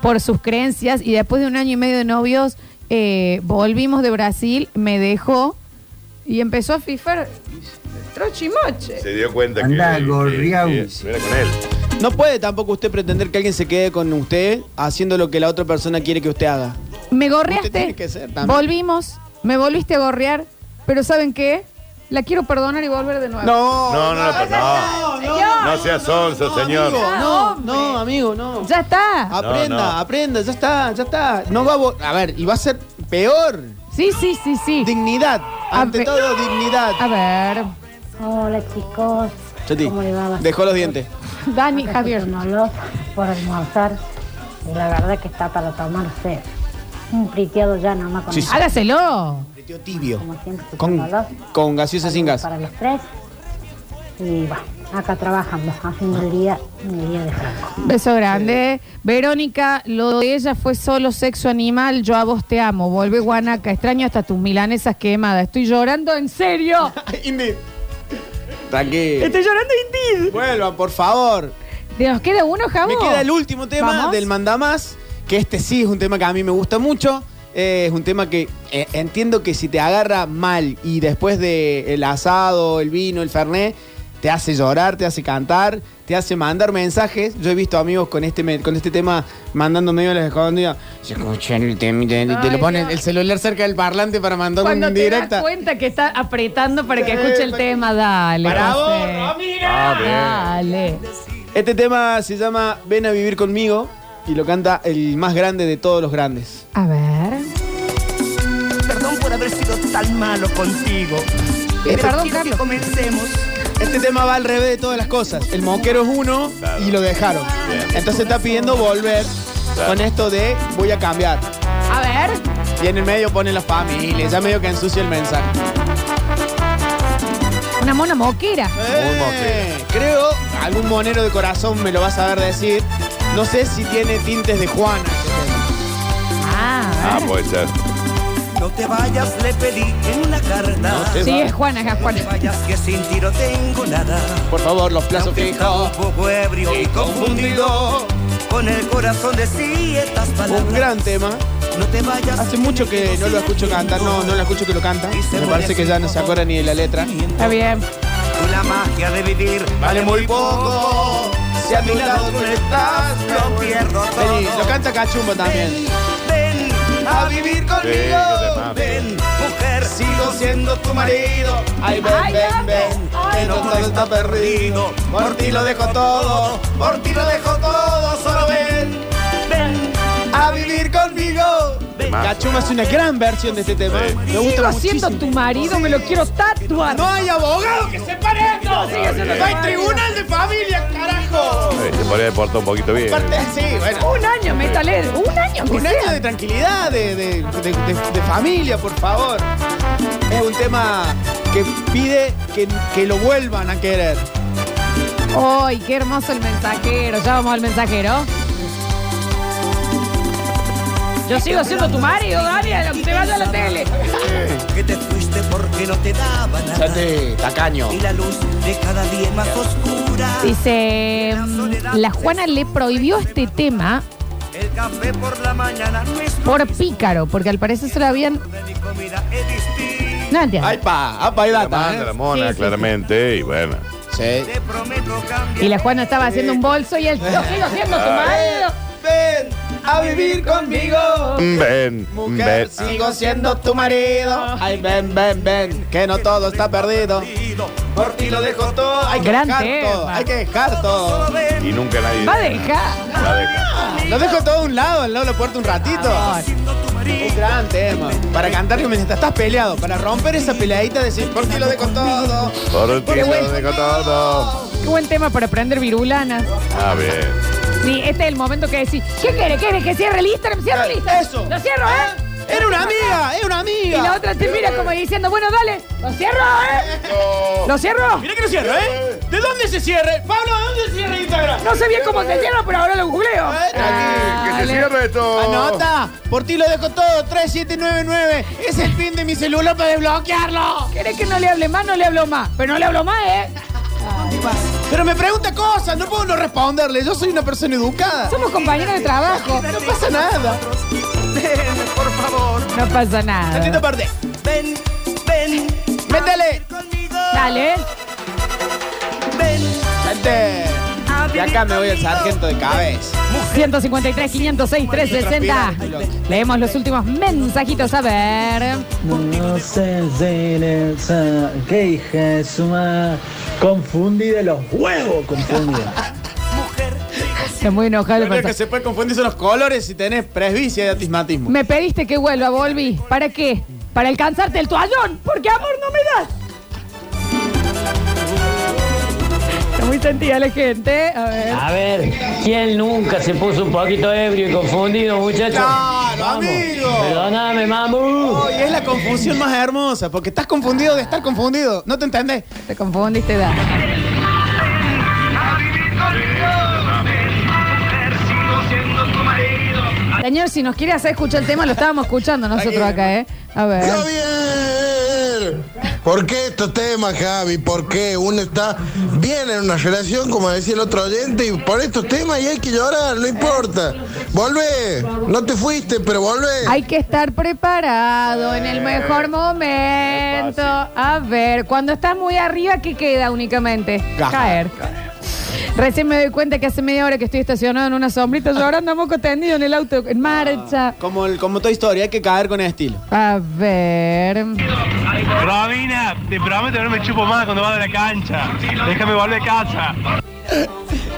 S1: por sus creencias, y después de un año y medio de novios, eh, volvimos de Brasil, me dejó y empezó a fifar trochimoche.
S2: Se dio cuenta
S9: Andá,
S2: que.
S9: gorriao.
S2: que- que no era con él.
S3: No puede tampoco usted pretender que alguien se quede con usted haciendo lo que la otra persona quiere que usted haga.
S1: Me
S3: Usted tiene
S1: gorreaste,
S3: que ser también.
S1: volvimos, me volviste a gorrear, pero ¿saben qué? La quiero perdonar y volver de nuevo.
S3: No,
S2: No, no, no, no.
S1: Señor,
S2: No sea sonso, señor.
S3: Amigo,
S1: Ah,
S3: no,
S1: hombre.
S3: no, amigo, no.
S1: Ya está.
S3: Aprenda,
S2: No, no.
S3: aprenda, ya está, ya está. No va a, vo- a ver, y va a ser peor.
S1: Sí, sí, sí, sí.
S3: Dignidad, ante
S1: ver.
S3: todo dignidad.
S1: A ver,
S10: Hola chicos,
S3: Chati,
S10: ¿cómo le va?
S3: dejó los dientes.
S1: Dani, Javier.
S10: No los por almorzar y la verdad que está para tomarse un priteado ya nomás con
S3: Sí,
S10: el-
S3: sí.
S1: Hágaselo.
S3: Metió tibio.
S10: como siempre
S3: Con,
S10: chicos,
S3: con gaseosa
S10: los-
S3: sin gas.
S10: para los tres y bueno, acá trabajando, haciendo el día, mi día de Franco.
S1: Beso grande. Verónica, lo de ella fue solo sexo animal. Yo a vos te amo. Vuelve guanaca. Extraño hasta tus milanesas quemadas. Estoy llorando en serio.
S3: Indy.
S10: Este-
S3: Tranquilo.
S1: Estoy llorando en ti.
S3: Vuelvan, por favor.
S1: ¿Nos queda uno, Javo?
S3: Me queda el último tema
S1: ¿Vamos?
S3: del Mandamás, que este sí es un tema que a mí me gusta mucho. Eh, es un tema que eh, entiendo que si te agarra mal y después de el asado, el vino, el fernet, te hace llorar, te hace cantar, te hace mandar mensajes. Yo he visto amigos con este me- con este tema mandando medio a las escondidas. Se escucha el tema y te, te
S1: Ay,
S3: lo ponen
S1: Dios.
S3: el celular cerca del parlante para mandar
S1: Cuando
S3: un
S1: te
S3: directa.
S1: das cuenta que está apretando para que escuche el
S3: Sí,
S1: tema, dale.
S3: Para vos,
S1: José.
S2: Ah, bien.
S1: Dale.
S3: Este tema se llama Ven a vivir conmigo y lo canta el más grande de todos los grandes.
S1: A ver.
S4: Perdón por haber sido tan malo contigo.
S1: Eh, perdón,
S4: quiero
S1: Carlos.
S4: que comencemos.
S3: Este tema va al revés de todas las cosas. El monquero es uno
S2: Claro.
S3: y lo dejaron.
S2: Bien.
S3: Entonces está pidiendo volver
S2: Claro.
S3: con esto de voy a cambiar.
S1: A ver.
S3: Y en el medio pone la familia, ya medio que ensucia el mensaje.
S1: Una mona moquera.
S3: Eh,
S2: monquero.
S3: creo algún monero de corazón me lo va a saber decir. No sé si tiene tintes de Juana. este
S1: Ah, a
S2: Ah,
S1: ver.
S2: puede ser.
S4: No te vayas, le pedí en una carta.
S3: No te-
S1: Sí, es Juana, es
S4: No te
S1: Juana.
S4: vayas, que sin ti no tengo nada.
S3: Por favor, los plazos
S4: Aunque está
S3: fijos.
S4: un poco ebrio y confundido. Con el corazón decí estas palabras.
S3: Un gran tema.
S4: No te vayas.
S3: Hace mucho que no lo escucho cantar, no, no lo escucho que lo canta. Me parece que ya no se acuerda ni de la letra.
S1: Está bien.
S4: Y la magia de vivir
S3: Vale muy poco, si a tu lado tú estás,
S4: lo pierdo todo.
S3: Vení, lo canta Cachumba también.
S4: Ven a vivir
S2: Sí, qué
S4: conmigo.
S2: temazo.
S4: Ven, mujer,
S3: Sigo siendo tu marido. Ay, ven, ven, ven. Que no todo está perdido. Por ti lo dejo todo. Por ti lo dejo todo. Solo ven.
S4: ven.
S3: A vivir conmigo.
S2: Temazo.
S3: Cachumba hace una gran versión de este tema.
S2: Sí.
S3: Me gusta
S1: Sigo siendo
S3: muchísimo.
S1: tu marido, me lo quiero tatuar.
S3: No hay abogado que separe esto.
S2: sigue siendo tu
S3: No hay
S1: marido.
S3: tribunal de familia, carajo.
S2: Eh, Se podría haber portado un poquito bien.
S3: Aparte, sí, bueno.
S1: Un año, métale. Un año, que
S3: Un
S1: sea.
S3: año de tranquilidad, de, de- de- de- de familia, por favor. Es un tema que pide que, que lo vuelvan a querer.
S1: ¡Ay, qué hermoso el mensajero! Ya vamos al mensajero. Yo sigo siendo tu marido, Daniel, aunque te vaya a la tele.
S4: Que te fuiste porque no te daba nada.
S3: Sate, tacaño.
S4: Y la luz de cada día es más oscura.
S1: Dice, mm, la Juana le prohibió este tema
S4: El café por la mañana no es
S1: por pícaro, porque al parecer se lo habían...
S4: de mi comida, es distinto.
S1: No entiendo.
S3: Ay, pa, apa, hay
S2: La manda
S3: data.
S2: la
S3: ¿eh?
S2: mona,
S1: Sí, sí,
S2: claramente, y bueno.
S3: Sí.
S4: Te prometo cambiar.
S1: Y la Juana estaba haciendo un bolso y él, yo sigo siendo tu marido.
S3: Ven a vivir conmigo.
S2: Ven,
S3: Mujer,
S2: ven.
S3: sigo siendo tu marido. Ay, ven, ven, ven, que no todo está perdido. Por ti lo dejo todo. Hay que
S1: Gran
S3: dejar todo.
S1: tema.
S3: Hay que dejar todo.
S2: Y nunca nadie.
S1: Va a dejar.
S2: Va a dejar.
S3: Lo dejo todo a un lado, al lado de la puerta un ratito. Un gran tema. Para cantar que mientras estás peleado, para romper esa peleadita, decir, por ti lo dejo todo.
S2: Por ti lo dejo todo.
S1: Qué buen tema para aprender virulanas.
S2: Ah, bien.
S1: Sí, este es el momento que decís, ¿qué quiere? ¿Qué quiere? ¿Que cierre el Instagram? ¿Cierre el Instagram?
S3: Eso. Ah,
S1: Lo cierro, ¿eh?
S3: Era una amiga, era una
S1: Y la
S3: amiga.
S1: otra te mira como diciendo, bueno, dale, lo cierro, ¿eh? ¿Lo cierro?
S3: Mira que no cierro, ¿eh?
S11: ¿De dónde se cierre? Pablo, ¿de dónde se cierra Instagram?
S12: No sabía cómo se cierra, pero ahora lo googleo.
S3: Eh,
S12: Ah,
S2: que se cierre esto.
S3: Anota, por ti lo dejo todo, 3799. Es el pin de mi celular para desbloquearlo.
S12: ¿Querés que no le hable más? No le hablo más. Pero no le hablo más, ¿eh?
S3: Pero me pregunta cosas, no puedo no responderle. Yo soy una persona educada.
S12: Somos compañeros de trabajo.
S3: No pasa nada.
S12: por favor. No pasa nada.
S3: Esta parte.
S12: Ven, ven.
S3: Métele.
S12: Dale.
S3: Vente. Y acá me voy al sargento de cabeza.
S1: 153, 506, 360. Leemos los últimos mensajitos, a ver.
S8: No sé si le sa- qué hija de su madre. Confundida los huevos, confundida.
S1: Está muy enojado. el
S3: Lo único que
S1: personaje.
S3: se puede confundir son los colores si tenés presbicia y atismatismo.
S1: Me pediste que vuelva, volví. ¿Para qué? Para alcanzarte el toallón, porque amor no me das. Está muy sentida la gente. A ver.
S13: A ver, ¿quién nunca se puso un poquito ebrio y confundido, muchachos?
S3: Claro, amigo.
S13: Perdóname, mamu.
S3: Ay, es la confusión más hermosa, porque estás confundido de estar confundido. ¿No te entendés?
S1: Te confundiste, da. Señor, si nos quiere hacer escuchar el tema, lo estábamos escuchando nosotros acá, ¿eh? A ver.
S14: Javier, ¿por qué estos temas, Javi? ¿Por qué uno está bien en una relación, como decía el otro oyente, y por estos temas y hay que llorar, no importa. Volvé, no te fuiste, pero volvé.
S1: Hay que estar preparado en el mejor momento. A ver, cuando estás muy arriba, ¿qué queda únicamente? Caer. Recién me doy cuenta que hace media hora que estoy estacionado en una sombrita llorando a moco tendido en el auto en marcha.
S3: Como, el- como toda historia, hay que caer con estilo.
S1: A ver.
S11: Romina, te prometo que no me chupo más cuando vaya a la cancha. Déjame volver a casa.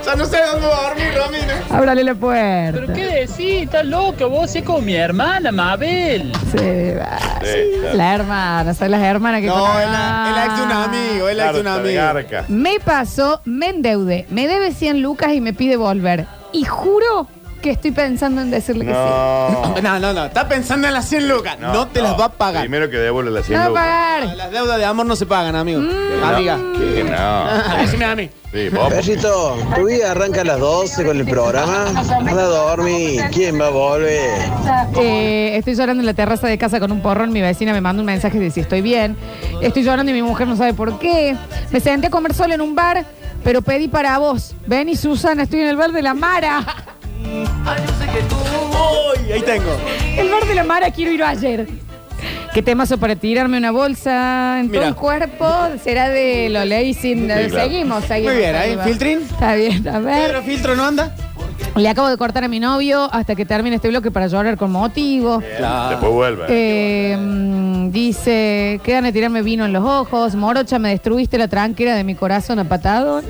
S3: Ya no sé dónde va a dormir, Romina.
S1: Ábrale la puerta.
S15: ¿Pero qué decís? Estás loco, vos es con mi hermana, Mabel.
S1: Sí, va, sí. La hermana, soy las hermanas que
S3: No,
S1: conozco.
S3: él, él es un amigo, él
S2: Claro,
S3: es un
S2: está de
S3: amigo.
S2: garca.
S1: Me pasó, me endeudé, me debe 100 lucas y me pide volver. Y juro que estoy pensando en decirle que sí.
S3: No. no, no, Está pensando en las 100 lucas. No, te las va a pagar.
S2: Primero que devuelve las
S1: No
S2: 100
S1: va a
S2: lucas.
S1: pagar.
S3: Las deudas de amor no se pagan, amigo. Amiga.
S2: Que no.
S3: Decime a mí.
S2: Sí, vos.
S8: Perrito, tu vida arranca a las 12 con el programa. Anda a dormir. ¿Quién va a volver?
S1: Eh, estoy llorando en la terraza de casa con un porrón. Mi vecina me manda un mensaje de si estoy bien. Estoy llorando y mi mujer no sabe por qué. Me senté a comer sola en un bar, pero pedí para vos. Ven y Susana, estoy en el bar de la Mara.
S3: Uy, ahí tengo.
S1: El bar de la Mara quiero ir ayer. ¿Qué temazo para tirarme una bolsa en
S3: Mira.
S1: todo el cuerpo? ¿Será de lo leí sin...
S3: Sí, claro.
S1: Seguimos, seguimos.
S3: Muy bien, ¿ahí?
S1: va.
S3: ¿Filtrín?
S1: Está bien, a ver.
S3: Pedro Filtro no anda.
S1: Le acabo de cortar a mi novio hasta que termine este bloque para llorar con motivo.
S2: Después vuelve.
S1: Eh, mm, dice, quedan de tirarme vino en los ojos. Morocha, me destruiste la tranquera de mi corazón a patadones.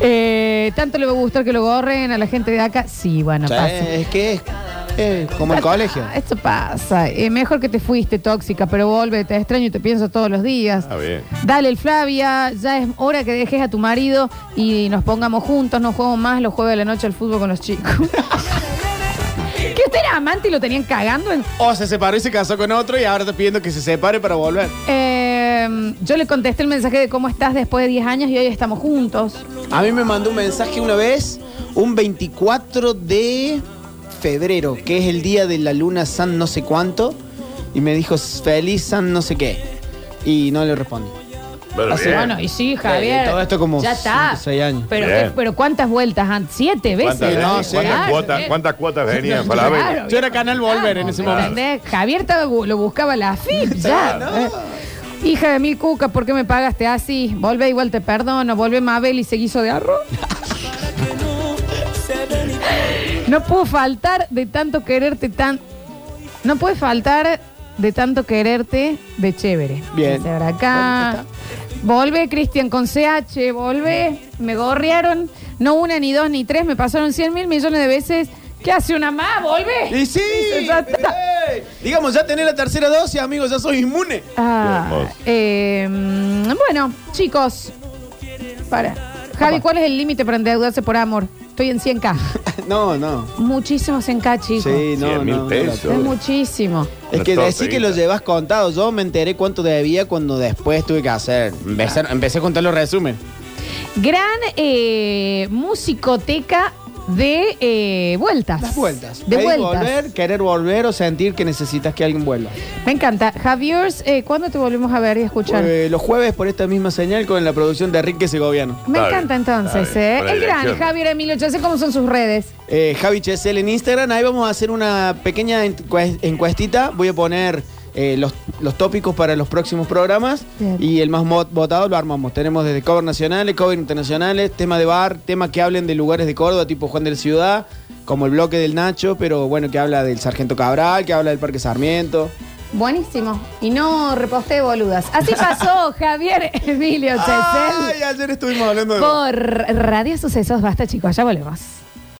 S1: Eh, Tanto le va a gustar que lo borren a la gente de acá. Sí, bueno,
S3: Sí,
S1: pasa.
S3: es que es, es como el colegio.
S1: Esto pasa. Eh, mejor que te fuiste tóxica, pero vuelve, te extraño y te pienso todos los días.
S2: Está bien.
S1: Dale el Flavia, ya es hora que dejes a tu marido y nos pongamos juntos, no juego más los jueves de la noche al fútbol con los chicos. que usted era amante y lo tenían cagando. en-
S3: O se separó y se casó con otro y ahora está pidiendo que se separe para volver.
S1: Eh, yo le contesté el mensaje de cómo estás después de 10 años y hoy estamos juntos.
S3: A mí me mandó un mensaje una vez, un 24 de febrero, que es el día de la luna San no sé cuánto, y me dijo feliz San no sé qué. Y no le respondí.
S2: Pero
S1: Así,
S2: bien.
S1: bueno, y sí, Javier.
S3: Eh, todo esto como
S1: ya está.
S3: cinco, seis años.
S1: Pero,
S2: Bien.
S1: eh, pero ¿cuántas vueltas? han? ¿Siete veces?
S2: ¿Cuántas,
S3: No,
S2: venían?
S3: sí.
S2: ¿Cuántas
S1: Claro,
S2: cuotas,
S1: bien.
S2: ¿Cuántas cuotas venían para
S1: Claro,
S2: ver?
S3: Yo era Canal Volver en ese momento.
S1: ¿Entendés? Javier estaba bu- lo buscaba la FIP ya. Eh, Hija de mil cuca, ¿por qué me pagaste así? Volve igual te perdono, vuelve Mabel y se guiso de arroz. No puedo faltar de tanto quererte tan. No puede faltar de tanto quererte de chévere.
S3: Bien.
S1: Dice ahora acá. Volve, Cristian, con CH, volve. Me gorrearon. No una, ni dos, ni tres. Me pasaron 100 mil millones de veces. ¿Qué hace una más? Volve.
S3: Y sí,
S1: Dice, ya está.
S3: eh, digamos, ya tenés la tercera dosis, amigo, ya soy inmune.
S1: Ah,
S3: Qué hermoso.
S1: eh, mm, bueno, chicos. Para. Javi, ¿cuál es el límite para endeudarse por amor? Estoy en 100K.
S3: No, no.
S1: Muchísimos encachis.
S3: Sí, no, 100.000 no, no, pesos.
S1: Es muchísimo.
S3: Es que
S2: Una
S3: decir que lo llevas contado. Yo me enteré cuánto debía cuando después tuve que hacer. Empecé, empecé a contar los resúmenes.
S1: Gran eh, musicoteca de eh, vueltas.
S3: Las vueltas.
S1: De
S3: Pedir
S1: vueltas.
S3: volver, querer volver o sentir que necesitas que alguien vuelva.
S1: Me encanta. Javier, eh, ¿cuándo te volvemos a ver y a escuchar?
S3: Eh, los jueves por esta misma señal con la producción de Enrique Segoviano.
S1: Me encanta entonces, ¿eh? El gran Javier Emilio Chase, ¿cómo son sus redes?
S3: Eh, Javi Chesel en Instagram. Ahí vamos a hacer una pequeña encues- encuestita. Voy a poner eh, los, los tópicos para los próximos programas.
S1: Bien.
S3: Y el más mo- votado lo armamos. Tenemos desde cover nacionales, cover internacionales, tema de bar, tema que hablen de lugares de Córdoba, tipo Juan del Ciudad, como el bloque del Nacho, pero bueno, que habla del Sargento Cabral, que habla del Parque Sarmiento.
S1: Buenísimo. Y no reposté boludas. Así pasó Javier Emilio Chesel
S3: Ay, ayer estuvimos hablando de.
S1: por Radio Sucesos. Basta, chicos, ya volvemos.